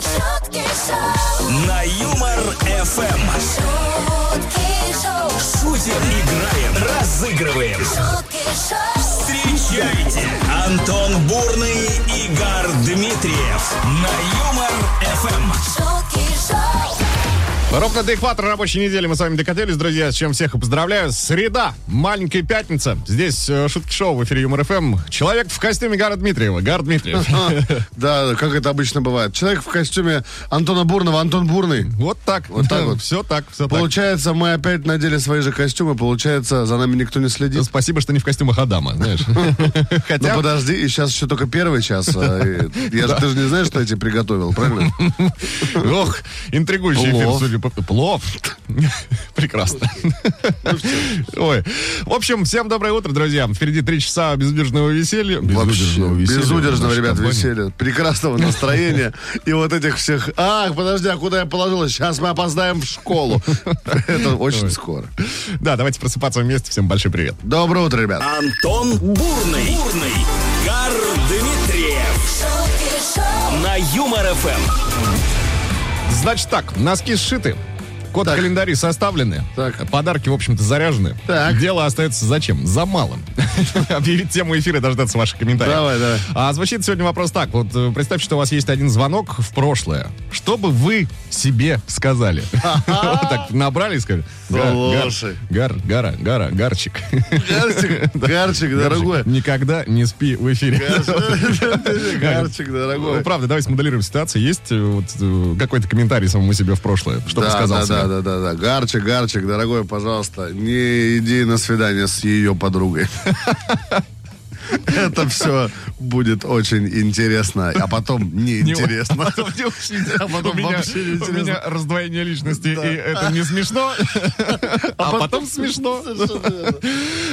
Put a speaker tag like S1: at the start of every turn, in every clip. S1: Шутки шоу,
S2: На Юмор ФМ
S1: шутки шоу,
S2: шутим, играем, разыгрываем.
S1: шутки шоу,
S2: Встречайте Антон Бурный, Игорь Дмитриев на Юмор Эм. ФМ.
S1: шутки шоу,
S3: Ровно до экватора рабочей недели мы с вами докатились, друзья. С чем всех и поздравляю. Среда, маленькая пятница. Здесь э, шутки-шоу в эфире Юмор ФМ. Человек в костюме Гара Дмитриева. Гар Дмитриев.
S4: Да, как это обычно бывает. Человек в костюме Антона Бурного, Антон Бурный.
S3: Вот так.
S4: Вот так вот.
S3: Все так, все так.
S4: Получается, мы опять надели свои же костюмы, получается, за нами никто не следит.
S3: Спасибо, что не в костюмах Адама, знаешь.
S4: Ну
S3: Хотя
S4: подожди, и сейчас еще только первый час. а, и- Я же, ты же не знаешь, что я тебе приготовил, правильно?
S3: Ох, интригующий эфир,
S4: Плов.
S3: судя по... Плов. Прекрасно.
S4: Ну,
S3: Ой. В общем, всем доброе утро, друзья. Впереди три часа безудержного веселья.
S4: Вообще, безудержного,
S3: Наш
S4: ребят,
S3: компания.
S4: веселья, прекрасного настроения и вот этих всех... Ах, подожди, а куда я положила? Сейчас мы опоздаем в школу. Это очень скоро.
S3: Да, давайте просыпаться вместе. Всем большой привет.
S4: Доброе утро, ребят.
S2: Антон Бурный, Бурный, Игорь Дмитриев
S1: шутки шоу,
S2: на Юмор Эм. ФМ.
S3: Значит так, носки сшиты. Код
S4: Так.
S3: календари составлены.
S4: Так.
S3: Подарки, в общем-то, заряжены.
S4: Так.
S3: Дело остается зачем? За малым. Объявить тему эфира и дождаться ваших комментариев.
S4: Давай, давай.
S3: А звучит сегодня вопрос так. Вот э, представьте, что у вас есть один звонок в прошлое. Что бы вы себе сказали? Вот так набрали и сказали. «Гар, гар,
S4: Слушай.
S3: Гар, гара, гара, гарчик.
S4: Гарчик, Гарчик, дорогой.
S3: Гарчик, Никогда не спи в эфире.
S4: Гарчик,
S3: Ну,
S4: дорогой.
S3: Правда, давай смоделируем ситуацию. Есть э, вот, э, какой-то комментарий самому себе в прошлое? Что бы сказал
S4: да,
S3: себе?
S4: да, да, да, да. Гарчик, Гарчик, дорогой, пожалуйста, не иди на свидание с ее подругой. Это все будет очень интересно, а потом неинтересно.
S3: А
S4: потом
S3: у меня,
S4: вообще не
S3: у
S4: интересно.
S3: меня раздвоение личности, и это не смешно, а потом смешно.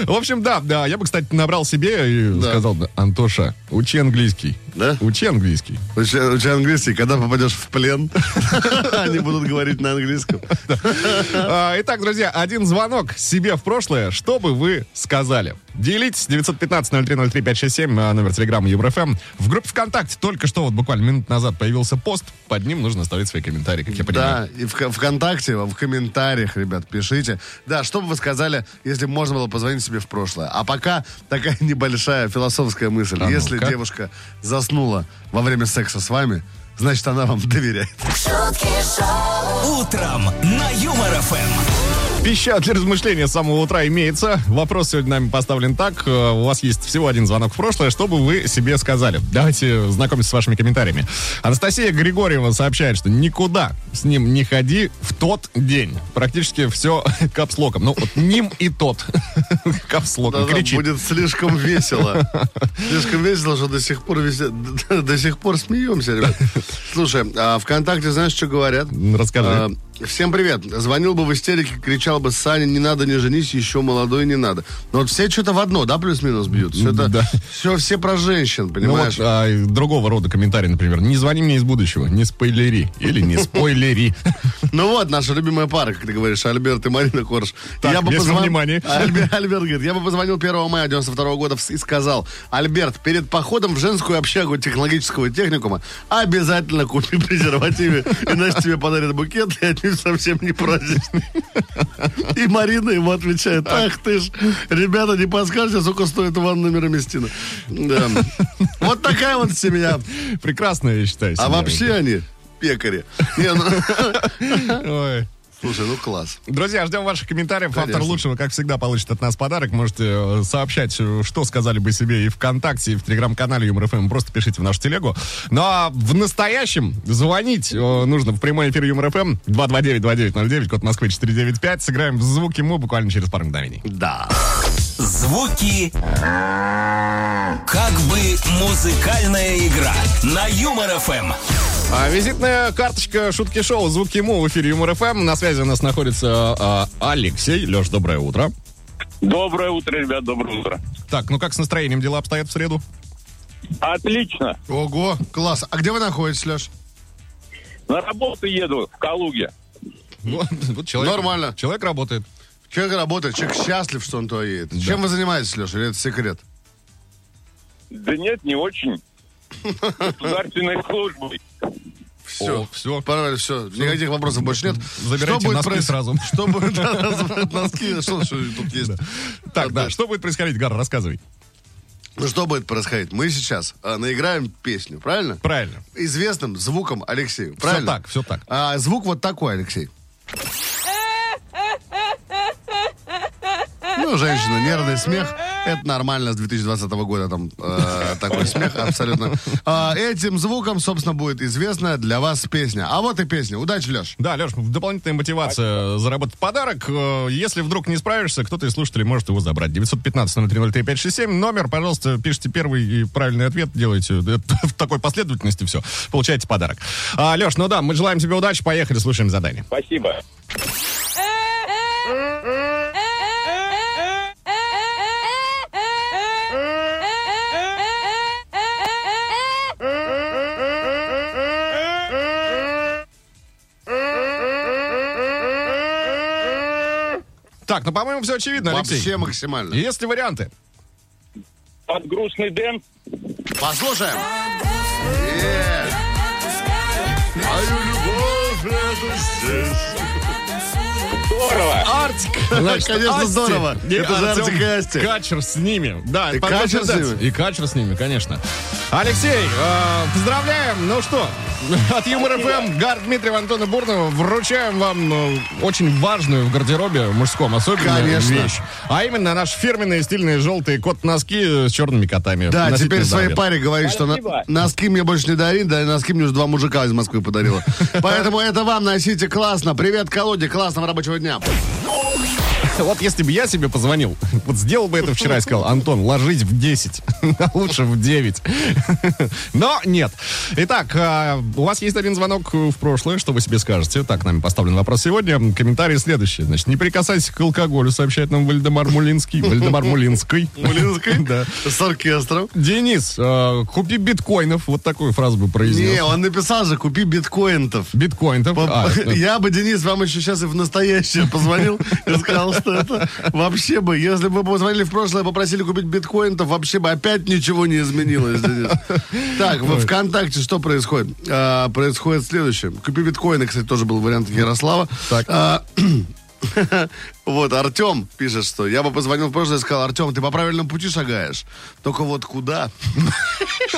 S3: В общем, да, да, я бы, кстати, набрал себе и
S4: Да.
S3: сказал, бы, Антоша, учи английский.
S4: Да?
S3: Учи английский.
S4: У тебя у тебя английский, когда попадешь в плен, они будут говорить на английском.
S3: А, Итак, друзья, один звонок себе в прошлое, что бы вы сказали? Делитесь 915-0303-567, а, номер телеграмма ЮбРФМ. В группе ВКонтакте только что, вот буквально минут назад появился пост, под ним нужно оставлять свои комментарии, как я понимаю.
S4: Да, и в К- ВКонтакте, в комментариях, ребят, пишите. Да, что бы вы сказали, если бы можно было позвонить себе в прошлое. А пока такая небольшая философская мысль.
S3: А ну-ка.
S4: если девушка заснула во время секса с вами, значит, она вам доверяет.
S1: шутки шоу,
S2: Утром на Юмор Эм. ФМ.
S3: Пища для размышления с самого утра имеется. Вопрос сегодня нами поставлен так. Э, У вас есть всего один звонок в прошлое. Что бы вы себе сказали? Давайте знакомиться с вашими комментариями. Анастасия Григорьева сообщает, что никуда с ним не ходи в тот день. Практически все капслоком. Ну, вот ним и тот капслоком
S4: Да-да,
S3: кричит.
S4: будет слишком весело. Слишком весело, что до сих пор весе- до- до сих пор смеемся, ребят. Слушай, а ВКонтакте знаешь, что говорят?
S3: Расскажи.
S4: А, Всем привет. Звонил бы в истерике, кричал бы, Саня, не надо, не женись, еще молодой не надо. Но вот все что-то в одно, да, плюс-минус бьют? Все, это,
S3: Да.
S4: все, все про женщин,
S3: Ну
S4: понимаешь?
S3: вот, а, и другого рода комментарий, например. Не звони мне из будущего, не спойлери. Или не спойлери.
S4: Ну вот, наша любимая пара, как ты говоришь, Альберт и Марина Корж.
S3: Так, весь во внимание.
S4: Альбер- Альберт говорит, я бы позвонил 1 мая 92 года в- и сказал, Альберт, перед походом в женскую общагу технологического техникума обязательно купи презервативы, иначе тебе подарят букет и отнюдь совсем не праздничный. И Марина ему отвечает, ах ты ж, ребята, не подскажете, сколько стоит ванна Мироместина. Да. Вот такая вот семья.
S3: Прекрасно, я считаю.
S4: А
S3: себя.
S4: вообще они пекари. Не, ну,
S3: Ой.
S4: Слушай, ну класс.
S3: Друзья, ждем ваших комментариев. Автор
S4: Конечно.
S3: лучшего, как всегда, получит от нас подарок. Можете э, сообщать, э, что сказали бы себе и ВКонтакте, и в телеграм-канале Юмор ФМ. Просто пишите в нашу телегу. Ну а в настоящем звонить э, нужно в прямой эфир Юмор ФМ 229-2909, код Москвы 495. Сыграем в звуки мы буквально через пару мгновений.
S4: Да.
S2: Звуки. Как бы музыкальная игра на Юмор Эм. ФМ.
S3: А, визитная карточка шутки шоу Звуки Му в эфире Юмор ФМ. На связи у нас находится э, Алексей. Леш, доброе утро.
S5: Доброе утро, ребят, доброе утро.
S3: Так, ну как с настроением дела обстоят в среду?
S5: Отлично.
S4: Ого, класс. А где вы находитесь, Леш?
S5: На работу еду в Калуге.
S3: Вот, Ну, вот человек-
S4: Нормально.
S3: Человек работает.
S4: Человек работает, человек счастлив, что он туда едет. Чем вы занимаетесь, Леша, или это секрет?
S5: Да нет, не очень. Государственной службой.
S4: Все,
S3: О, всё.
S4: Понравилось, все. Никаких вопросов больше нет.
S3: Забирайте носки
S4: проис-
S3: сразу.
S4: Что будет да, да, носки? Что что тут есть?
S3: Так, да,
S4: Одно.
S3: что будет происходить, Гар, рассказывай.
S4: Ну что будет происходить? Мы сейчас а, наиграем песню, правильно?
S3: Правильно.
S4: Известным звуком Алексею, правильно?
S3: так, всё так.
S4: А, звук вот такой, Алексей. Ну, женщина, нервный смех. Это нормально с 2020 года там э, такой смех абсолютно. А, этим звуком, собственно, будет известна для вас песня. А вот и песня. Удачи, Леш.
S3: Да, Леш, ну, дополнительная мотивация заработать подарок. Э, Если вдруг не справишься, кто-то из слушателей может его забрать. 915-0303-567. Номер, пожалуйста, пишите первый и правильный ответ, делайте это в такой последовательности все. Получаете подарок. А, Леш, ну да, мы желаем тебе удачи. Поехали, слушаем задание.
S5: Спасибо.
S3: Так, ну, по-моему, все очевидно,
S4: Вообще
S3: Алексей.
S4: максимально.
S3: Есть ли варианты?
S5: Под грустный дэн.
S4: Послушаем. Е. Мою любовь это здесь.
S5: Здорово.
S3: Артик.
S4: Значит, Конечно,
S3: Асти.
S4: здорово.
S3: И
S4: Это же
S3: Артём
S4: Артик и Асти.
S3: Качер с ними. Да,
S4: И
S3: по-
S4: Качер с
S3: консультации.
S4: ними.
S3: И Качер с ними, конечно. Алексей, э, поздравляем. Ну что, от Юмор ФМ Гар Дмитриева Антона Бурного вручаем вам э, очень важную в гардеробе мужском особенно
S4: Конечно.
S3: вещь. А именно наши фирменные стильные желтые кот-носки с черными котами.
S4: Да,
S3: Носить
S4: теперь
S3: на
S4: своей
S3: завет.
S4: паре говорит, что на-
S5: Спасибо.
S4: носки мне больше не дарит, да и носки мне уже два мужика из Москвы подарила. Поэтому это вам носите классно. Привет, колоде, классного рабочего дня.
S3: Вот если бы я себе позвонил, вот сделал бы это вчера и сказал, Антон, ложись в 10, а лучше в 9. Но нет. Итак, а, у вас есть один звонок в прошлое, что вы себе скажете. Так, нами поставлен вопрос сегодня. Комментарий следующий. Значит, не прикасайтесь к алкоголю, сообщает нам Вальдемар Мулинский. Вальдемар Мулинский.
S4: Мулинский?
S3: Да.
S4: С оркестром.
S3: Денис, а, купи биткоинов. Вот такую фразу бы
S4: Не,
S3: произнес.
S4: он написал же, купи биткоинтов.
S3: Биткоинов.
S4: По-
S3: А, это-
S4: Я бы, Денис, вам еще сейчас и в настоящее позвонил и сказал, что это вообще бы, если бы вы позвонили в прошлое, попросили купить биткоин, то вообще бы опять ничего не изменилось, Денис. Так, в ВКонтакте что происходит? А, Происходит следующее. Купи биткоины, кстати, тоже был вариант Ярослава.
S3: Так.
S4: А, Вот, Артем пишет, что я бы позвонил в прошлое и сказал, Артем, ты по правильному пути шагаешь. Только вот куда?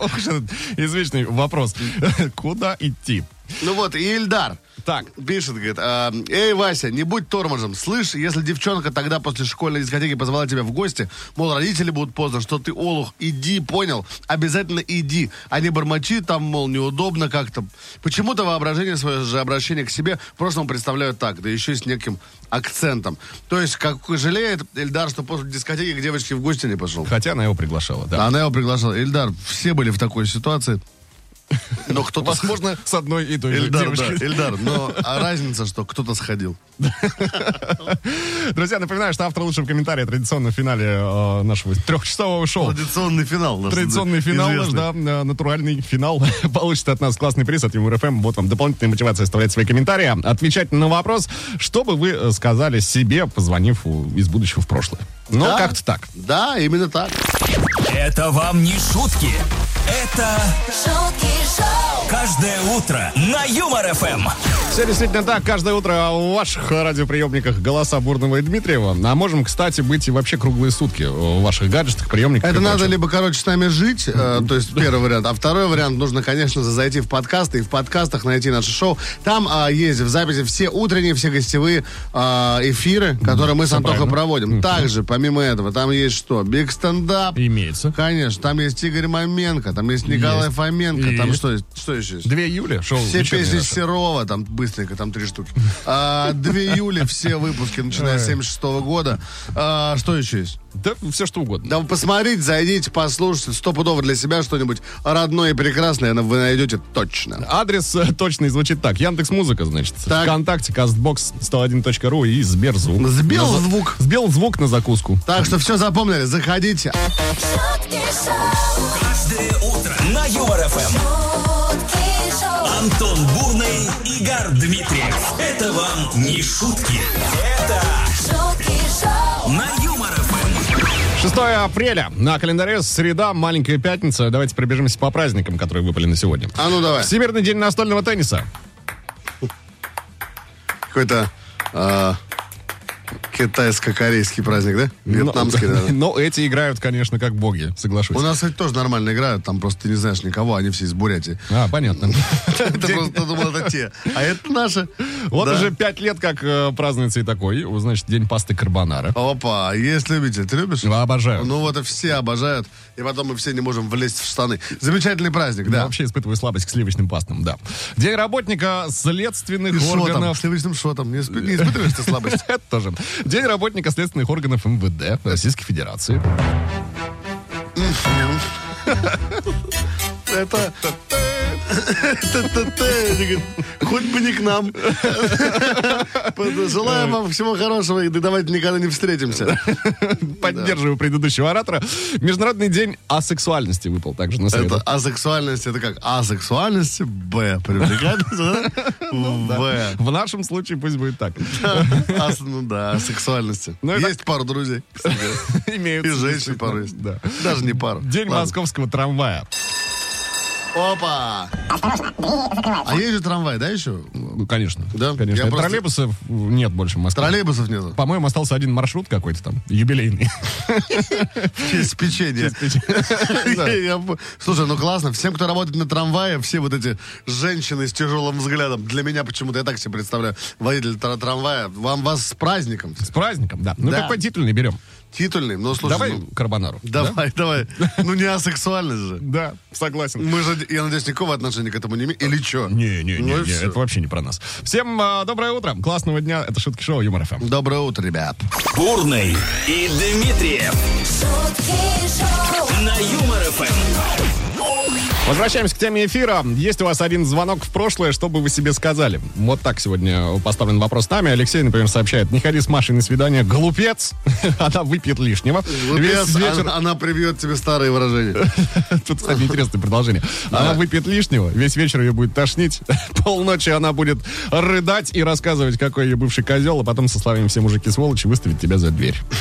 S3: Ох уж этот извечный вопрос. Куда идти?
S4: Ну вот, и Ильдар.
S3: Так.
S4: Пишет, говорит, «А, эй, Вася, не будь тормозом. Слышь, если девчонка тогда после школьной дискотеки позвала тебя в гости, мол, родители будут поздно, что ты олух, иди, понял? Обязательно иди, а не бормочи, там, мол, неудобно как-то. Почему-то воображение свое же обращение к себе в прошлом представляют так, да еще и с неким акцентом. То есть, как жалеет Ильдар, что после дискотеки к девочке в гости не пошел.
S3: Хотя она его приглашала, да.
S4: Она его приглашала. Ильдар, все были в такой ситуации. Но кто-то...
S3: Возможно, с одной и той же
S4: Ильдар, да,
S3: девочкой.
S4: Ильдар, но а разница, что кто-то сходил.
S3: Друзья, напоминаю, что автор лучшего комментария традиционно в финале э, нашего трехчасового шоу.
S4: Традиционный финал. наш
S3: Традиционный финал,
S4: известный.
S3: да, э, натуральный финал. Получит от нас классный приз от Юмор ФМ. Вот вам дополнительная мотивация оставлять свои комментарии. Отвечать на вопрос, что бы вы э, сказали себе, позвонив у- из будущего в прошлое. Ну,
S4: Да.
S3: как-то так.
S4: Да, именно так.
S2: Это вам не шутки. Это
S1: шутки шоу,
S2: каждое утро на Юмор ФМ.
S3: Все действительно так. Каждое утро в ваших радиоприемниках голоса Бурного и Дмитриева. А можем, кстати, быть и вообще круглые сутки э, в ваших гаджетах, приемниках.
S4: Это
S3: и
S4: надо
S3: прочем.
S4: либо, короче, с нами жить, э, то есть первый вариант. А второй вариант, нужно, конечно же, зайти в подкасты и в подкастах найти наше шоу. Там а, есть в записи все утренние, все гостевые а, эфиры, которые мы с Антохой
S3: правильно.
S4: проводим. Также, помимо этого, там есть что? Биг стендап.
S3: Имеется.
S4: Конечно, там есть Игорь Моменко, там есть Николай
S3: Есть.
S4: Фоменко, там
S3: Есть.
S4: что, есть? что еще есть?
S3: 2 июля шоу
S4: Все
S3: «Вечерняя
S4: песни
S3: Раша».
S4: Серова, там быстренько, там три штуки. А, 2 июля все выпуски, начиная с 76 года. А, что еще есть?
S3: Да все что угодно.
S4: Да вы посмотрите, зайдите, послушайте. Стопудово для себя что-нибудь родное и прекрасное но вы найдете точно.
S3: Адрес э, точный звучит так. Яндекс Музыка, значит.
S4: Так.
S3: ВКонтакте, Кастбокс 101.ру и Сберзвук.
S4: Сбил
S3: На за-
S4: звук.
S3: Сбил звук на закуску.
S4: Так что все запомнили, заходите.
S1: шутки шоу,
S2: Каждое утро на Юмор ФМ.
S1: шутки шоу,
S2: Антон Бурный, Игорь Дмитриев. Это вам не шутки. Это
S1: шутки шоу,
S2: на Юмор ФМ.
S3: 6 6 апреля. На календаре среда, маленькая пятница. Давайте пробежимся по праздникам, которые выпали на сегодня.
S4: А ну давай.
S3: Всемирный день настольного тенниса.
S4: Какой-то а, китайско-корейский праздник, да?
S3: Ну,
S4: Вьетнамский,
S3: но,
S4: наверное.
S3: но эти играют, конечно, как боги, соглашусь.
S4: У нас, кстати, тоже нормально играют, там просто ты не знаешь никого, они все из Бурятии.
S3: А, понятно.
S4: Ты просто думал, это те. А это наши.
S3: Вот
S4: Да.
S3: уже пять лет, как э, празднуется и такой, э, значит, день пасты карбонара.
S4: Опа, есть любитель. Ты любишь?
S3: Я обожаю.
S4: Ну вот и все обожают. И потом мы все не можем влезть в штаны. Замечательный праздник,
S3: Я
S4: да.
S3: вообще испытываю слабость к сливочным пастам, да. День работника следственных
S4: И с шотом,
S3: органов...
S4: с сливочным шотом. Не, испы- не испытываешь ты слабость?
S3: Это тоже. День работника следственных органов МВД Российской Федерации.
S4: Это... Это- Хоть бы не к нам. Желаем вам всего хорошего и давайте никогда не встретимся.
S3: Поддерживаю предыдущего оратора. Международный день асексуальности выпал также на
S4: Это
S3: среду.
S4: асексуальность, это как? Асексуальность, б, привлекательность, да?
S3: Ну
S4: в.
S3: В нашем случае пусть будет так.
S4: Ас- Ну да, о сексуальности.
S3: Ну, и
S4: Есть пару друзей, кстати.
S3: Имеется
S4: И женщин
S3: действительно,
S4: пару есть.
S3: Да.
S4: Даже не пару.
S3: День
S4: Ладно.
S3: московского трамвая.
S4: Опа! А есть же трамвай, да, еще?
S3: Ну, конечно.
S4: Да,
S3: конечно.
S4: я
S3: Это
S4: просто-
S3: Троллейбусов нет больше в Москве.
S4: Троллейбусов нету.
S3: По-моему, остался один маршрут какой-то там, юбилейный.
S4: Из печенья. Я по- Слушай, ну классно. Всем, кто работает на трамвае, все вот эти женщины с тяжелым взглядом. Для меня почему-то, я так себе представляю, водитель тра- трамвая. Вам вас с праздником.
S3: С праздником, да. Ну,
S4: Да.
S3: какой титульный берем?
S4: Титульный. Ну, слушай,
S3: Давай
S4: ну,
S3: карбонару.
S4: давай, давай. Ну, не асексуальность же.
S3: Да, согласен.
S4: Мы же, я надеюсь, никакого отношения к этому не имеем. Или Ну что?
S3: Не, не, не, не, это вообще не про нас. Всем а, доброе утро, классного дня. Это шутки шоу Юмор ФМ.
S4: Доброе утро, ребят.
S2: Бурный и Дмитриев
S1: шутки шоу,
S2: на Юмор ФМ.
S3: Возвращаемся к теме эфира. Есть у вас один звонок в прошлое, что бы вы себе сказали? Вот так сегодня поставлен вопрос нами. Алексей, например, сообщает: не ходи с Машей на свидание, глупец. Она выпьет лишнего. Весь
S4: Лупец,
S3: вечер
S4: а, она, она привьет тебе старые выражения.
S3: Тут, кстати, интересное продолжение. Она выпьет лишнего, весь вечер ее будет тошнить, полночи она будет рыдать и рассказывать, какой ее бывший козел, а потом со словами «все мужики сволочи» выставить тебя за дверь.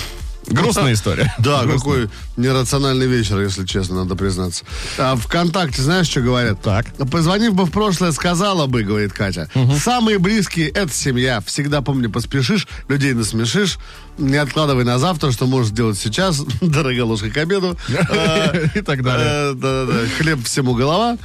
S3: Грустная история.
S4: Да,
S3: Грустная.
S4: какой нерациональный вечер, если честно, надо признаться. А ВКонтакте, знаешь, что говорят?
S3: Так.
S4: Позвонив бы в прошлое, сказала бы, говорит Катя. Самые близкие — это семья. Всегда помни, поспешишь, людей насмешишь. Не откладывай на завтра, что можешь сделать сейчас. Дорогая ложка к обеду. Э,
S3: И так далее.
S4: Э, да-да-да. Хлеб всему голова,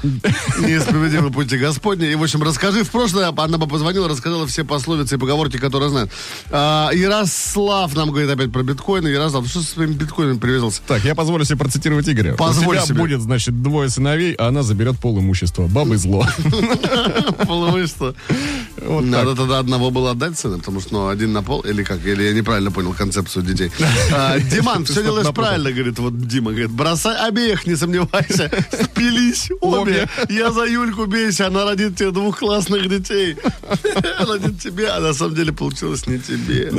S4: неисповедимы пути Господни. И, в общем, расскажи в прошлое, она бы позвонила, рассказала все пословицы и поговорки, которые знает. А, Ярослав нам говорит опять про биткоины. Ярослав, что со своими биткоинами привязался?
S3: Так, я позволю себе процитировать Игоря. У
S4: Позволь
S3: тебя
S4: себе.
S3: будет, значит, двое сыновей, а она заберет пол имущества. Бабы зло.
S4: Половой, что?
S3: Вот
S4: Надо тогда одного было отдать сына, потому что ну, один на пол, или как, или я неправильно понял концепцию детей. А, Диман, все
S3: что-то
S4: делаешь
S3: напутал.
S4: правильно, говорит, вот Дима, говорит, бросай обеих, не сомневайся, спились обе. Я за Юльку бейся, она родит тебе двух классных детей. Родит тебе, а на самом деле получилось не тебе.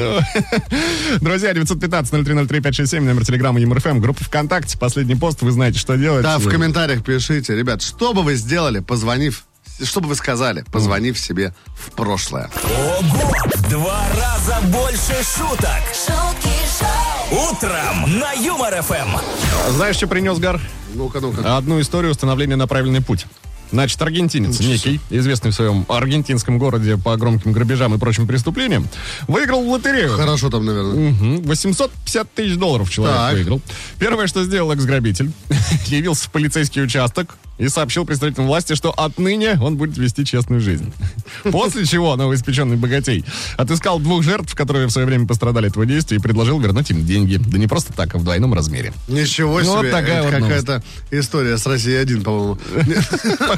S3: Друзья, 915-0303-567, номер телеграмма ЮморФМ, группа ВКонтакте, последний пост, вы знаете, что делать.
S4: Да, в комментариях пишите, ребят, что бы вы сделали, позвонив, что бы вы сказали, позвонив себе в прошлое.
S2: Ого! В Два раза больше шуток.
S1: шутки шоу,
S2: Утром на Юмор ФМ.
S3: Знаешь, что принес Гар?
S4: Ну-ка, ну-ка.
S3: одну историю становления на правильный путь. Значит, аргентинец некий, известный в своем аргентинском городе по громким грабежам и прочим преступлениям, выиграл в лотерею.
S4: А, Хорошо там, наверное.
S3: Мгм. 850 тысяч долларов человек
S4: Так.
S3: выиграл. Первое, что сделал экс-грабитель, явился в полицейский участок и сообщил представителям власти, что отныне он будет вести честную жизнь. После чего новоиспеченный богатей отыскал двух жертв, которые в свое время пострадали от его действия, и предложил вернуть им деньги. Да не просто так, а в двойном размере.
S4: Ничего
S3: Ну,
S4: себе.
S3: вот такая
S4: это
S3: вот
S4: какая-то история с Россией один, по-моему.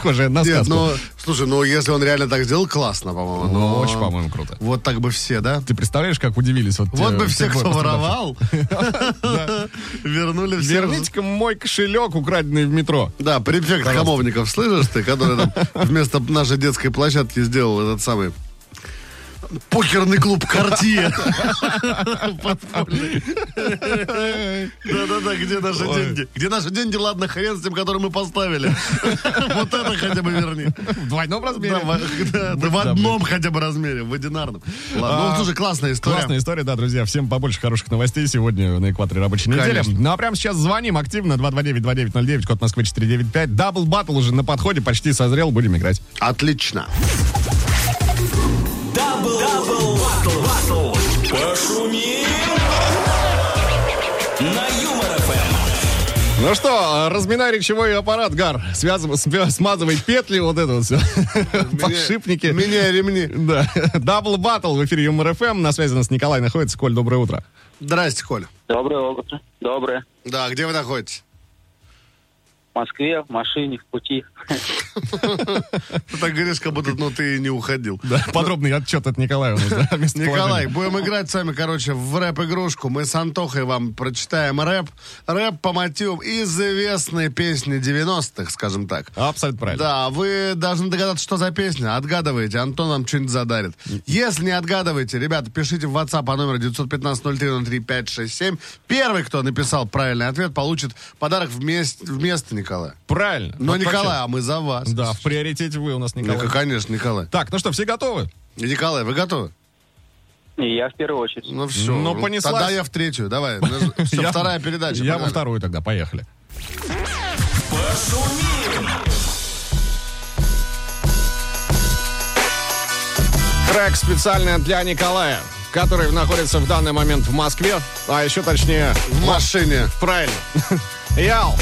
S3: Похоже на
S4: Нет,
S3: сказку.
S4: ну, слушай, ну, если он реально так сделал, классно, по-моему. но-
S3: Очень, по-моему, круто.
S4: Вот так бы все, да?
S3: Ты представляешь, как удивились? Вот,
S4: Вот
S3: э,
S4: бы все,
S3: двое
S4: кто
S3: пострадавших.
S4: воровал, вернули все.
S3: Верните-ка мой кошелек, украденный в метро.
S4: Да, префект Хамовников, слышишь ты, который там вместо нашей детской площадки сделал этот самый... Покерный клуб «Кортье». Да-да-да, где наши
S3: Ой.
S4: деньги? Где наши деньги, ладно, хрен с тем, который мы поставили. Вот это хотя бы верни.
S3: В двойном размере.
S4: Да, в- да, да, В одном хотя бы размере, в одинарном. Ладно,
S3: А,
S4: ну, слушай, классная
S3: Классная
S4: история.
S3: история, да, друзья. Всем побольше хороших новостей сегодня на экваторе рабочей недели.
S4: Конечно.
S3: Ну а прямо сейчас звоним активно 229-2909, код Москвы 495. Дабл баттл уже на подходе, почти созрел, будем играть.
S4: Отлично.
S2: Дабл, дабл, батл, батл. Пошумим на Юмор ФМ.
S3: Ну что, разминай речевой аппарат, Гар. Связыв- см- смазывай петли, вот это вот все. Подшипники.
S4: Меня ремни.
S3: Да. Дабл баттл в эфире Юмор ФМ. На связи у нас Николай находится. Коль, доброе утро.
S4: Здрасте, Коля.
S6: Доброе утро. Доброе.
S4: Да, где вы находитесь?
S6: В Москве, в машине, в пути.
S4: Ты так говоришь, как будто ну, ты и не уходил.
S3: Да, подробный отчет от Николая у нас. да, о местоположении.
S4: Николай, будем играть с вами, короче, в рэп-игрушку. Мы с Антохой вам прочитаем рэп. Рэп по мотивам известной песни 90-х, скажем так.
S3: Абсолютно правильно.
S4: Да, вы должны догадаться, что за песня. Отгадываете, Антон вам что-нибудь задарит. Если не отгадываете, ребята, пишите в WhatsApp по номеру 915-0303-567. Первый, кто написал правильный ответ, получит подарок вместо, вместо Николая.
S3: Правильно.
S4: Но,
S3: Вот вообще.
S4: Николай, а мы за вас.
S3: Да, в приоритете вы у нас,
S4: Ну,
S3: Николай.
S4: конечно, Николай.
S3: Так, ну что, все готовы?
S4: Николай, вы готовы?
S6: И я в первую очередь.
S4: Ну все.
S3: Ну, понеслась.
S4: Тогда я в третью, давай. Все,
S3: Я-
S4: вторая передача.
S3: Я во
S4: погнали.
S3: вторую тогда, поехали. Трек специально для Николая, который находится в данный момент в Москве, а еще точнее,
S4: В машине.
S3: правильно. Ял.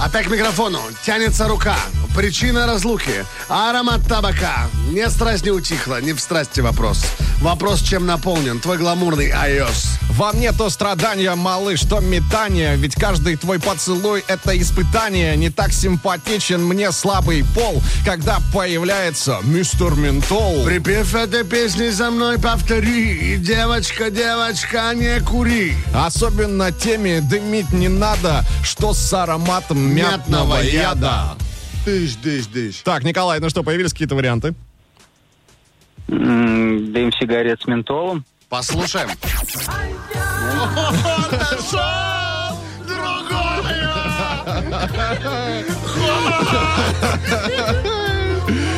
S4: Опять к микрофону. Тянется рука. Причина разлуки. Аромат табака. Не страсть не утихла, не в страсти вопрос. Вопрос, чем наполнен твой гламурный iOS.
S3: Во мне то страдания, малыш, то метание Ведь каждый твой поцелуй — это испытание Не так симпатичен мне слабый пол Когда появляется мистер Ментол
S4: Припев этой песни за мной повтори. Девочка, девочка, не кури.
S3: Особенно теме дымить не надо Что с ароматом мятного яда
S4: Дышь, дышь, дышь.
S3: Так, Николай, ну что, появились какие-то варианты?
S6: М, Дым сигарет с ментолом.
S4: Послушаем. Он нашел другое.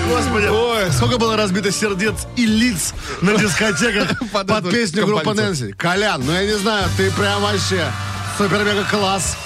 S4: Господи, сколько было разбито сердец и лиц на дискотеках
S3: Под
S4: под,
S3: эту
S4: песню группы
S3: композицию.
S4: Нэнси. Колян, ну я не знаю, ты прям вообще супер-мега-класс.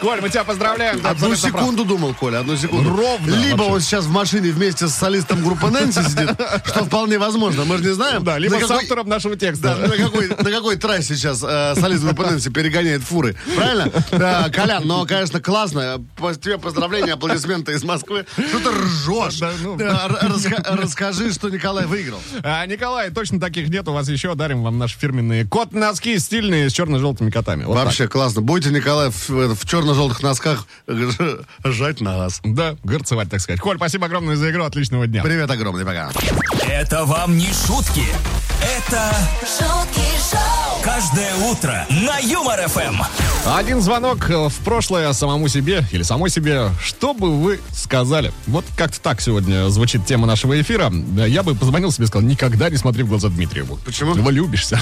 S3: Коль, мы тебя поздравляем. ты
S4: Одну
S3: абсолютно прав.
S4: секунду думал, Коля, одну секунду.
S3: Ровно
S4: Либо
S3: вообще.
S4: он сейчас в машине вместе с солистом группы Нэнси сидит, что вполне возможно, мы же не знаем.
S3: Да, либо
S4: на
S3: с
S4: какой-
S3: автором нашего
S4: да,
S3: текста.
S4: на какой, на какой трассе сейчас э, солист группы Нэнси перегоняет фуры? Правильно? Да, Колян, ну, конечно, классно. По- Тебе поздравления, аплодисменты из Москвы. Что ты ржешь?
S3: Да, ну.
S4: Да, р- раска- Расскажи, что Николай выиграл.
S3: А, Николай, точно таких нет. У вас еще дарим вам наши фирменные кот-носки стильные с черно-желтыми котами. Вот так.
S4: Вообще классно. Будете, Николай, в, в черно-желтых носках ж- жать на вас.
S3: Да, горцевать, так сказать. Коль, спасибо огромное за игру. Отличного дня.
S4: Привет огромный, пока.
S2: Это вам не шутки. Это
S1: шутки шоу,
S2: каждое утро на Юмор ФМ.
S3: Один звонок э, в прошлое самому себе или самой себе. Что бы вы сказали? Вот как-то так сегодня звучит тема нашего эфира. Да, Я бы позвонил себе и сказал, никогда не смотри в глаза Дмитриеву.
S4: Почему? Ну
S3: Вы любишься.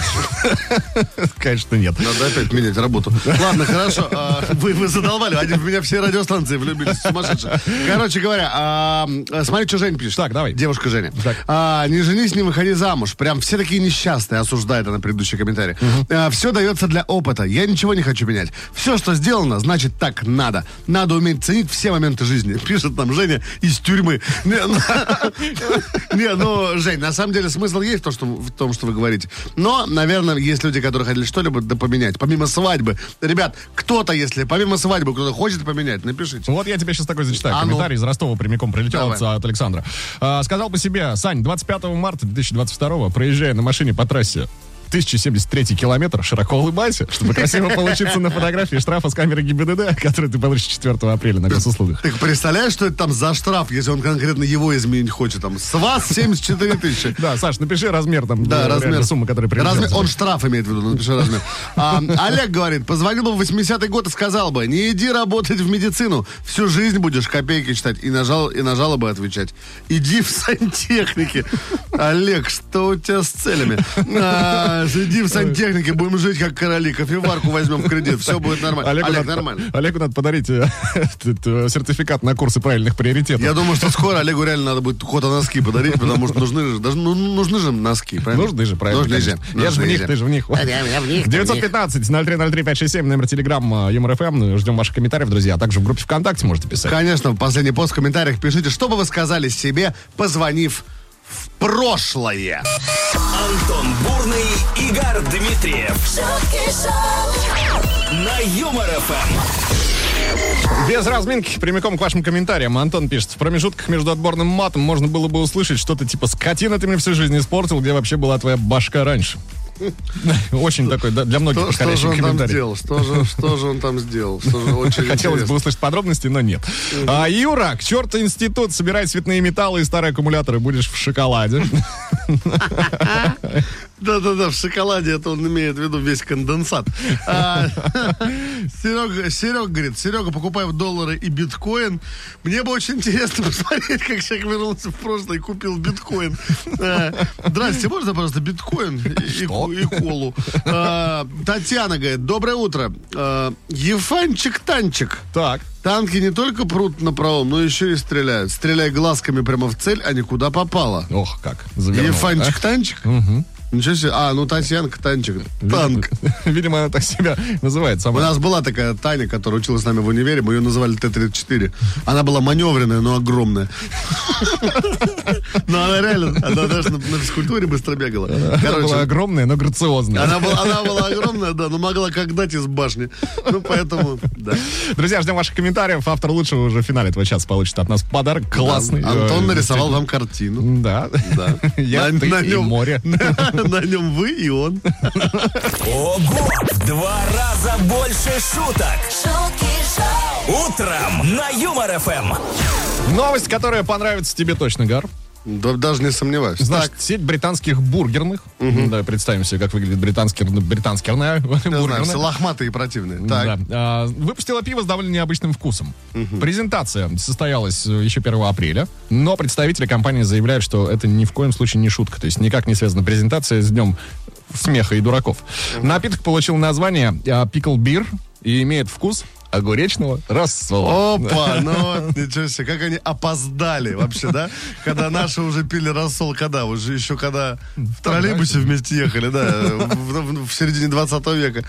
S3: Конечно, нет.
S4: Надо опять менять работу. Ладно, хорошо. а, Вы, вы задолбали. Они в меня все радиостанции влюбились. Сумасшедшие. Короче говоря, а, а, смотри, что Женя пишет.
S3: Так, давай.
S4: Девушка Женя.
S3: Так.
S4: А, не женись, не выходи замуж. Прям все такие несчастные, осуждает она предыдущий комментарий. все дается для опыта. Я ничего не хочу менять. Все, что сделано, значит так надо. Надо уметь ценить все моменты жизни. Пишет нам Женя из тюрьмы. Не, ну, Не, ну, Жень, на самом деле смысл есть в том, что, в том, что вы говорите. Но, наверное, есть люди, которые хотели что-либо да поменять. Помимо свадьбы. Ребят, кто-то, если помимо свадьбы кто-то хочет поменять, напишите.
S3: Вот я тебе сейчас такой зачитаю.
S4: А ну.
S3: Комментарий из Ростова прямиком прилетел
S4: Давай.
S3: от, от Александра. А, сказал по себе, Сань, 25 марта 2022 проезжая на машине по трассе 1073 километр, широко улыбайся, чтобы красиво получиться на фотографии штрафа с камеры ГИБДД, который ты получишь 4 апреля на госуслугах.
S4: Ты представляешь, что это там за штраф, если он конкретно его изменить хочет? Там, с вас 74 тысячи.
S3: Да, Саш, напиши размер там.
S4: Да,
S3: э, реально
S4: размер.
S3: Суммы, которая
S4: Размер-
S3: приведется.
S4: Он штраф имеет в виду, ну, напиши размер. А, Олег говорит, позвонил бы в 80-й год и сказал бы, не иди работать в медицину, всю жизнь будешь копейки читать и на, жал- и на жалобы отвечать. Иди в сантехнике. Олег, что у тебя с целями? А, иди в сантехнике, будем жить как короли, кофеварку возьмем в кредит, все будет нормально. Олег,
S3: Олегу надо-
S4: нормально.
S3: Олегу надо подарить э, этот, э, сертификат на курсы правильных приоритетов.
S4: Я думаю, что скоро Олегу реально надо будет ход носки подарить, потому что нужны же, даже, ну, нужны же носки, правильно?
S3: Нужны же, правильно.
S4: Нужны же.
S3: конечно. Я же в них, ты же в них.
S4: Я- я в них, ты в
S3: 915-0303-567, номер э, телеграмма ЮморФМ. Эм. Ну, Ждем ваших комментариев, друзья. А также в группе ВКонтакте можете писать.
S4: Конечно, в последний пост в комментариях пишите, что бы вы сказали себе, позвонив в прошлое.
S2: Антон Бурный, Игорь Дмитриев
S1: шутки шоу,
S2: на Юмор ФМ.
S3: Без разминки, прямиком к вашим комментариям. Антон пишет, в промежутках между отборным матом можно было бы услышать что-то типа «Скотина ты мне всю жизнь испортил, где вообще была твоя башка раньше?» Очень такой, да, для многих
S4: Что, что же
S3: подходящий
S4: он там
S3: комментарий.
S4: сделал? Что же, что же он там сделал? Что же очень
S3: Хотелось бы
S4: интересно.
S3: услышать подробности, но нет. А, Юра, к черту институт, собирай цветные металлы и старые аккумуляторы, будешь в шоколаде.
S4: Да-да-да, в шоколаде это он имеет в виду весь конденсат. А, Серега, Серега говорит, Серега, покупай в доллары и биткоин. Мне бы очень интересно посмотреть, как человек вернулся в прошлое и купил биткоин. А, Здрасте, можно, пожалуйста, биткоин и, и ку- и колу? А, Татьяна говорит, доброе утро. А, Ефанчик-танчик.
S3: Так.
S4: Танки не только прут на правом, но еще и стреляют. Стреляй глазками прямо в цель, а не куда попало.
S3: Ох, как. завернул,
S4: Ефанчик танчик? Ничего себе. А, ну Татьянка танчик.
S3: а?
S4: Танк.
S3: Видимо, она так себя называет
S4: У
S3: сама.
S4: нас была такая Таня, которая училась с нами в универе, мы ее называли Т-34. Она была маневренная, но огромная. Но она реально, она даже на на физкультуре быстро бегала.
S3: Она была
S4: Короче,
S3: огромная, но грациозная.
S4: она была, она была огромная, да, но могла как дать из башни. Ну, поэтому, да.
S3: Друзья, ждем ваших комментариев. Автор лучшего уже в финале этого часа получит от нас подарок классный.
S4: Антон
S3: Э,
S4: нарисовал вам картину.
S3: Да.
S4: Да.
S3: Я,
S4: На-
S3: ты
S4: на
S3: и
S4: нем-
S3: море.
S4: На нем вы и он.
S2: Ого! В два раза больше шуток.
S1: шутки шоу,
S2: Утром на Юмор ФМ.
S3: Новость, которая понравится тебе точно, Гар.
S4: Да, Даже не сомневаюсь.
S3: Значит, сеть британских бургерных. Давай представим себе, как выглядит британский, британскерная
S4: Я знаю, все
S3: бургерная.
S4: лохматые и противные. Так.
S3: Да. А, Выпустила пиво с довольно необычным вкусом. Презентация состоялась э, еще 1 апреля, но представители компании заявляют, что это ни в коем случае не шутка. То есть никак не связана презентация с днем смеха и дураков. Напиток получил название пикл бир и имеет вкус огуречного рассола.
S4: Опа, ну вот, ничего себе, как они опоздали вообще, да? Когда наши уже пили рассол, когда? Уже еще когда в троллейбусе вместе ехали, да, в, в- в середине 20 века.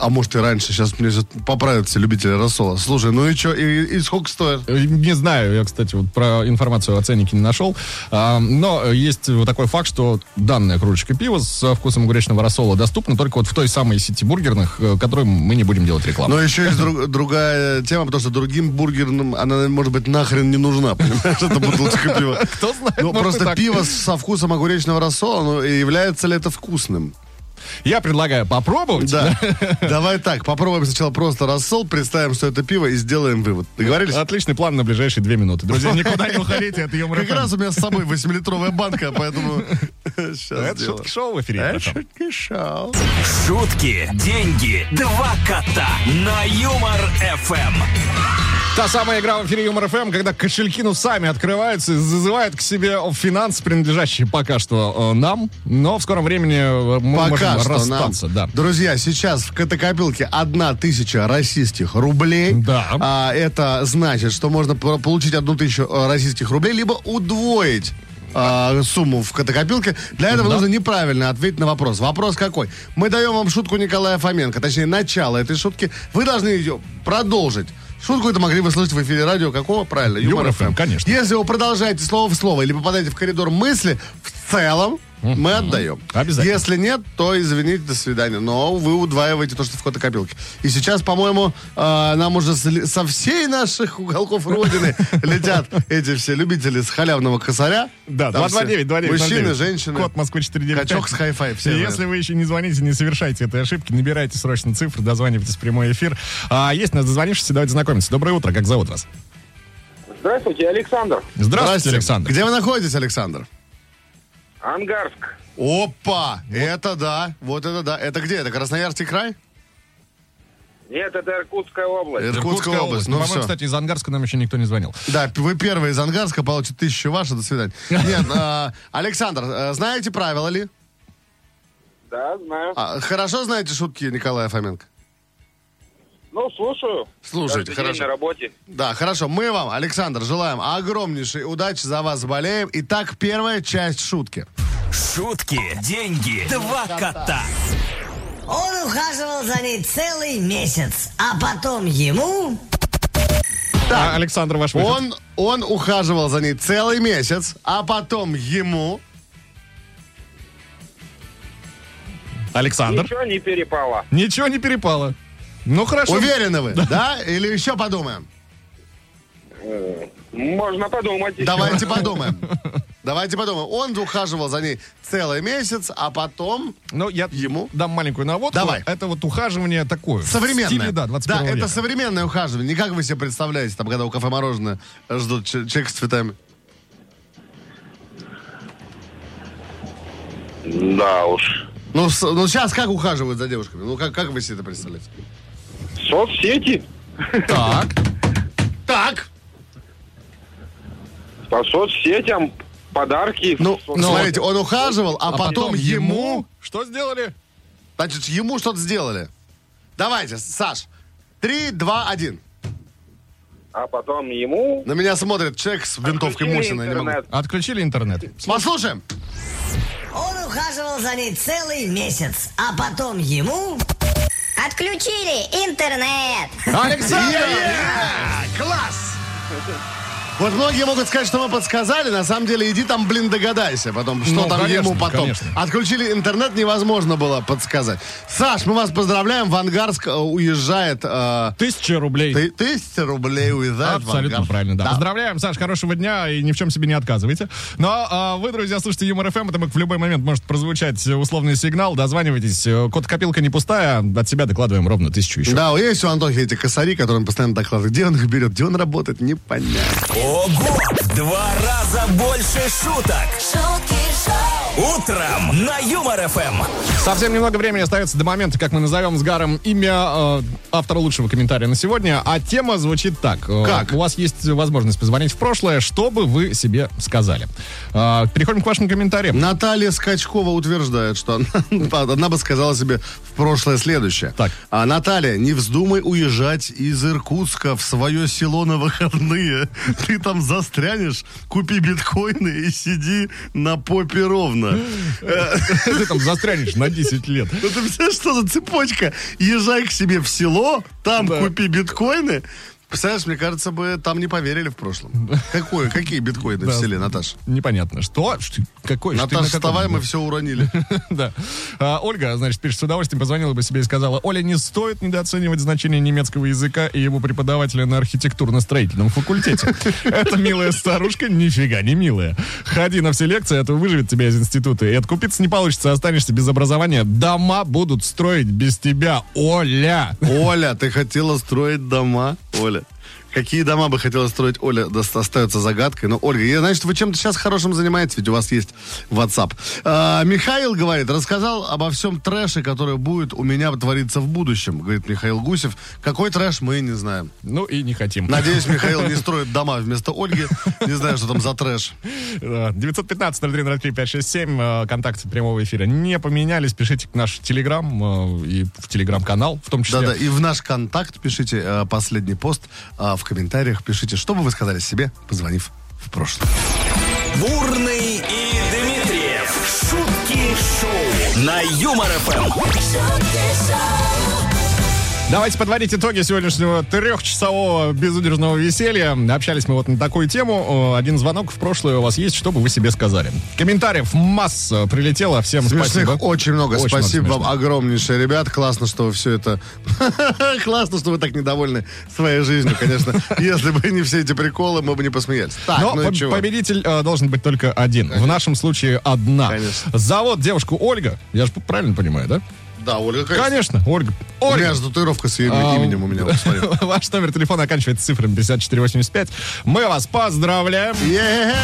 S4: А может и раньше, сейчас мне же поправят все любители рассола. Слушай, ну и что, и, и сколько стоит?
S3: Э, Не знаю, я, кстати, вот про информацию о ценнике не нашел. А, Но есть вот такой факт, что данная кружечка пива со вкусом огуречного рассола доступна только вот в той самой сети бургерных, э, которой мы не будем делать рекламу.
S4: Но еще есть друг- другая тема, потому что другим бургерным она, может быть, нахрен не нужна, понимаешь, эта бутылочка пива.
S3: Кто знает,
S4: Ну,
S3: может, и
S4: просто
S3: так.
S4: пиво со вкусом огуречного рассола, ну, и является ли это вкусным?
S3: Я предлагаю попробовать.
S4: Да. Давай так, попробуем сначала просто рассол, представим, что это пиво, и сделаем вывод. Договорились?
S3: Отличный план на ближайшие две минуты. Друзья, никуда не уходите от юмора.
S4: Как раз у меня с собой 8-литровая банка, поэтому сейчас
S3: Это шутки шоу в эфире.
S4: Это
S3: Антон.
S4: шутки шоу.
S2: Шутки, деньги, два кота на Юмор ФМ.
S3: Та самая игра в эфире Юмор ФМ, когда кошельки ну сами открываются и зазывают к себе финансы, принадлежащие пока что э, нам, но в скором времени э, мы
S4: Пока
S3: можем
S4: что нам.
S3: расстаться. Да.
S4: Друзья, сейчас в катакопилке одна тысяча российских рублей.
S3: Да.
S4: А, это значит, что можно по- получить одну тысячу э, российских рублей, либо удвоить а, сумму в катакопилке. Для этого
S3: Да.
S4: нужно неправильно ответить на вопрос. Вопрос какой? Мы даем вам шутку Николая Фоменко, точнее, начало этой шутки. Вы должны ее продолжить. Шутку это могли бы слышать в эфире радио. Какого? Правильно,
S3: Юмор
S4: Юмор
S3: FM,
S4: FM.
S3: конечно.
S4: Если вы продолжаете слово в слово или попадаете в коридор мысли, в целом мы отдаем.
S3: Обязательно.
S4: Если нет, то извините, до свидания. Но вы удваиваете то, что в копилки. И сейчас, по-моему, э, нам уже с ли- со всей наших уголков Родины летят эти все любители с халявного косаря.
S3: Да,
S4: Там
S3: 229, 229.
S4: Мужчины, женщины.
S3: Код Москвы 495.
S4: Качок с хай-фай. Все
S3: И Если вы еще не звоните, не совершайте этой ошибки, набирайте срочно цифры, дозванивайтесь в прямой эфир. А есть у нас дозвонившийся, давайте знакомиться. Доброе утро, как зовут вас?
S7: Здравствуйте, Александр.
S3: Здравствуйте, Александр.
S4: Где вы находитесь, Александр?
S7: Ангарск.
S4: Опа! Это да, вот это да. Это где? Это Красноярский край?
S7: Нет, это Иркутская область.
S4: Иркутская, область. Ну
S3: По-моему,
S4: все.
S3: кстати, из Ангарска нам еще никто не звонил.
S4: Да, п- вы первые из Ангарска, получите тысячу ваша, до свидания. Нет, э, Александр, э, знаете правила ли?
S7: Да, знаю.
S4: А, Хорошо знаете шутки Николая Фоменко?
S7: Ну, слушаю.
S4: Слушайте,
S7: Каждый день
S4: хорошо.
S7: на работе.
S4: Да, хорошо. Мы вам, Александр, желаем огромнейшей удачи, за вас болеем. Итак, первая часть шутки.
S2: Шутки, деньги, два кота.
S8: Он ухаживал за ней целый месяц, а потом ему...
S3: А, Александр, ваш выход.
S4: Он, он ухаживал за ней целый месяц, а потом ему...
S3: Александр.
S7: Ничего не перепало.
S3: Ничего не перепало. Ну хорошо.
S4: Уверены вы, да? Или еще подумаем?
S7: Э, Можно подумать. еще.
S4: Давайте подумаем. Давайте подумаем. Он ухаживал за ней целый месяц, а потом...
S3: Ну, я
S4: Ему?
S3: дам маленькую наводку.
S4: Давай.
S3: Это вот ухаживание такое. в
S4: Современное.
S3: стиле, да, 21
S4: Да,
S3: века.
S4: это современное ухаживание. Не как вы себе представляете, там, когда у кафе мороженое ждут че- человек с цветами.
S7: Да уж.
S4: Ну, с- ну сейчас как ухаживают за девушками? Ну, как, как вы себе это представляете?
S7: Соцсети.
S4: Так. Так.
S7: По соцсетям подарки.
S4: Ну,
S7: Соц-
S4: смотрите, он ухаживал, а,
S3: А
S4: потом, ему...
S3: Что сделали?
S4: Значит, ему что-то сделали. Давайте, Саш. Три, два, один.
S7: А потом ему...
S4: На меня смотрит человек с винтовкой
S7: Включили
S4: Мусина. я не могу.
S7: интернет.
S3: Отключили интернет.
S4: Послушаем.
S8: Он ухаживал за ней целый месяц, а потом ему...
S9: Отключили интернет.
S4: Е-е! Класс! Вот многие могут сказать, что мы подсказали. На самом деле, иди там, блин, догадайся потом, что
S3: Ну,
S4: там
S3: конечно,
S4: ему потом.
S3: конечно.
S4: Отключили интернет, невозможно было подсказать. Саш, мы вас поздравляем. В Ангарск э, уезжает э,
S3: Тысяча рублей.
S4: ты- тысяча рублей уезжает в
S3: Абсолютно
S4: Ангарск.
S3: правильно, да. Поздравляем, Саш, хорошего дня и ни в чем себе не отказывайте. Но а, вы, друзья, слушайте Юмор ФМ, это в любой момент может прозвучать э, условный сигнал, дозванивайтесь. Э, Код копилка не пустая, от себя докладываем ровно тысячу еще.
S4: Да, есть у Антохи эти косари, которые он постоянно докладывает. Где он их берет, где он работает, непонятно.
S2: Ого! В Два раза больше шуток.
S1: шутки шоу,
S2: Утром на Юмор ФМ.
S3: Совсем немного времени остается до момента, как мы назовем с Гаром имя э, автора лучшего комментария на сегодня, а тема звучит так. Э,
S4: Как?
S3: У вас есть возможность позвонить в прошлое, что бы вы себе сказали. Э, переходим к вашим комментариям.
S4: Наталья Скачкова утверждает, что она, она бы сказала себе в прошлое следующее.
S3: Так.
S4: А, Наталья, не вздумай уезжать из Иркутска в свое село на выходные. Ты там застрянешь, купи биткоины и сиди на попе ровно.
S3: Ты там застрянешь на 10 лет.
S4: Ну ты представляешь, что за цепочка? Езжай к себе в село, там купи биткоины. Представляешь, мне кажется, бы там не поверили в прошлом. Какое, какие биткоины в селе, Наташа?
S3: Непонятно. Что? Что? Какой? Что ты на
S4: Наташа,
S3: каком?
S4: вставай, мы все уронили.
S3: Да. А, Ольга, значит, пишет, с удовольствием позвонила бы себе и сказала, Оля, не стоит недооценивать значение немецкого языка и его преподавателя на архитектурно-строительном факультете. Эта милая старушка нифига не милая. Ходи на все лекции, а то выживет тебя из института. И откупиться не получится, останешься без образования. Дома будут строить без тебя, Оля.
S4: Оля, ты хотела строить дома? Оля. Какие дома бы хотела строить Оля, да, остается загадкой. Но, Ольга, я знаю, что вы чем-то сейчас хорошим занимаетесь, ведь у вас есть WhatsApp. А, Михаил говорит, рассказал обо всем трэше, который будет у меня твориться в будущем, говорит Михаил Гусев. Какой трэш, мы не знаем.
S3: Ну и не хотим.
S4: Надеюсь, Михаил не строит дома вместо Ольги. Не знаю, что там за трэш.
S3: Да, 915-0303-567, э, контакты прямого эфира не поменялись, пишите к наш телеграм э, и в телеграм-канал в том числе.
S4: Да-да, и в наш контакт пишите э, последний пост, а в комментариях пишите, что бы вы сказали себе, позвонив в прошлое.
S2: Бурный и Дмитриев. Эм. Шутки шоу. На Юмор ФМ.
S1: шутки шоу.
S3: Давайте подводить итоги сегодняшнего трехчасового безудержного веселья. Общались мы вот на такую тему. Э, Один звонок в прошлое у вас есть, что бы вы себе сказали. Комментариев масса прилетело. Всем
S4: Смешных
S3: спасибо.
S4: очень много.
S3: Очень
S4: Спасибо
S3: много
S4: вам
S3: смешных.
S4: огромнейшее, ребят. Классно, что вы все это... Классно, что вы так недовольны своей жизнью, конечно. Если бы не все эти приколы, мы бы не посмеялись. Так,
S3: Но
S4: ну и
S3: поб-
S4: чего?
S3: победитель э, должен быть только один. В нашем случае одна.
S4: Конечно.
S3: Завод девушку Ольга. Я же правильно понимаю, да?
S4: Да, Ольга, конечно.
S3: Конечно, Ольга.
S4: У меня
S3: Ольга.
S4: же татуировка с ее
S3: А,
S4: именем у меня, вот смотри.
S3: Ваш номер телефона оканчивается цифрами 5485. Мы вас поздравляем.
S4: Е-е-е,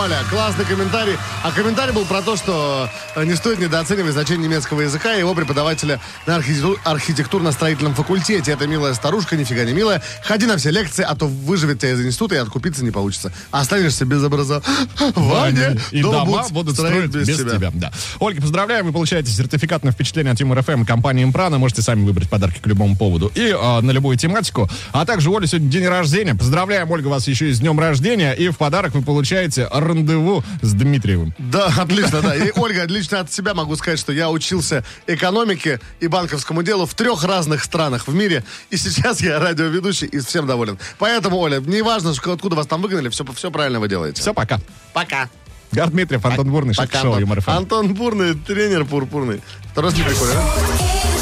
S4: Оля, классный комментарий. А комментарий был про то, что э, не стоит недооценивать значение немецкого языка и его преподавателя на архитекту- архитектурно-строительном факультете. Это милая старушка, нифига не милая. Ходи на все лекции, а то выживет тебя из института и откупиться не получится. А Останешься без образования.
S3: И
S4: Дом
S3: дома будут строить без тебя. Да. Ольга, поздравляем. Вы получаете сертификат на впечатление от Юмор ФМ компании Импрана. Можете сами выбрать подарки к любому поводу и э, на любую тематику. А также у Оли сегодня день рождения. Поздравляем, Ольга, вас еще и с днем рождения. И в подарок вы получаете рандеву с Дмитриевым.
S4: Да, отлично, да. И, Ольга, отлично от себя могу сказать, что я учился экономике и банковскому делу в трех разных странах в мире. И сейчас я радиоведущий и всем доволен. Поэтому, Оля, не важно, откуда вас там выгнали, все, все правильно вы делаете.
S3: Все, пока.
S4: пока.
S3: Гар Дмитриев, Антон Бурный,
S4: Пока,
S3: шоу
S4: Антон.
S3: Юмор ФМ.
S4: Антон Бурный, тренер пурпурный. Второй раз не прикольно, да?
S1: Киршов.
S2: Эм.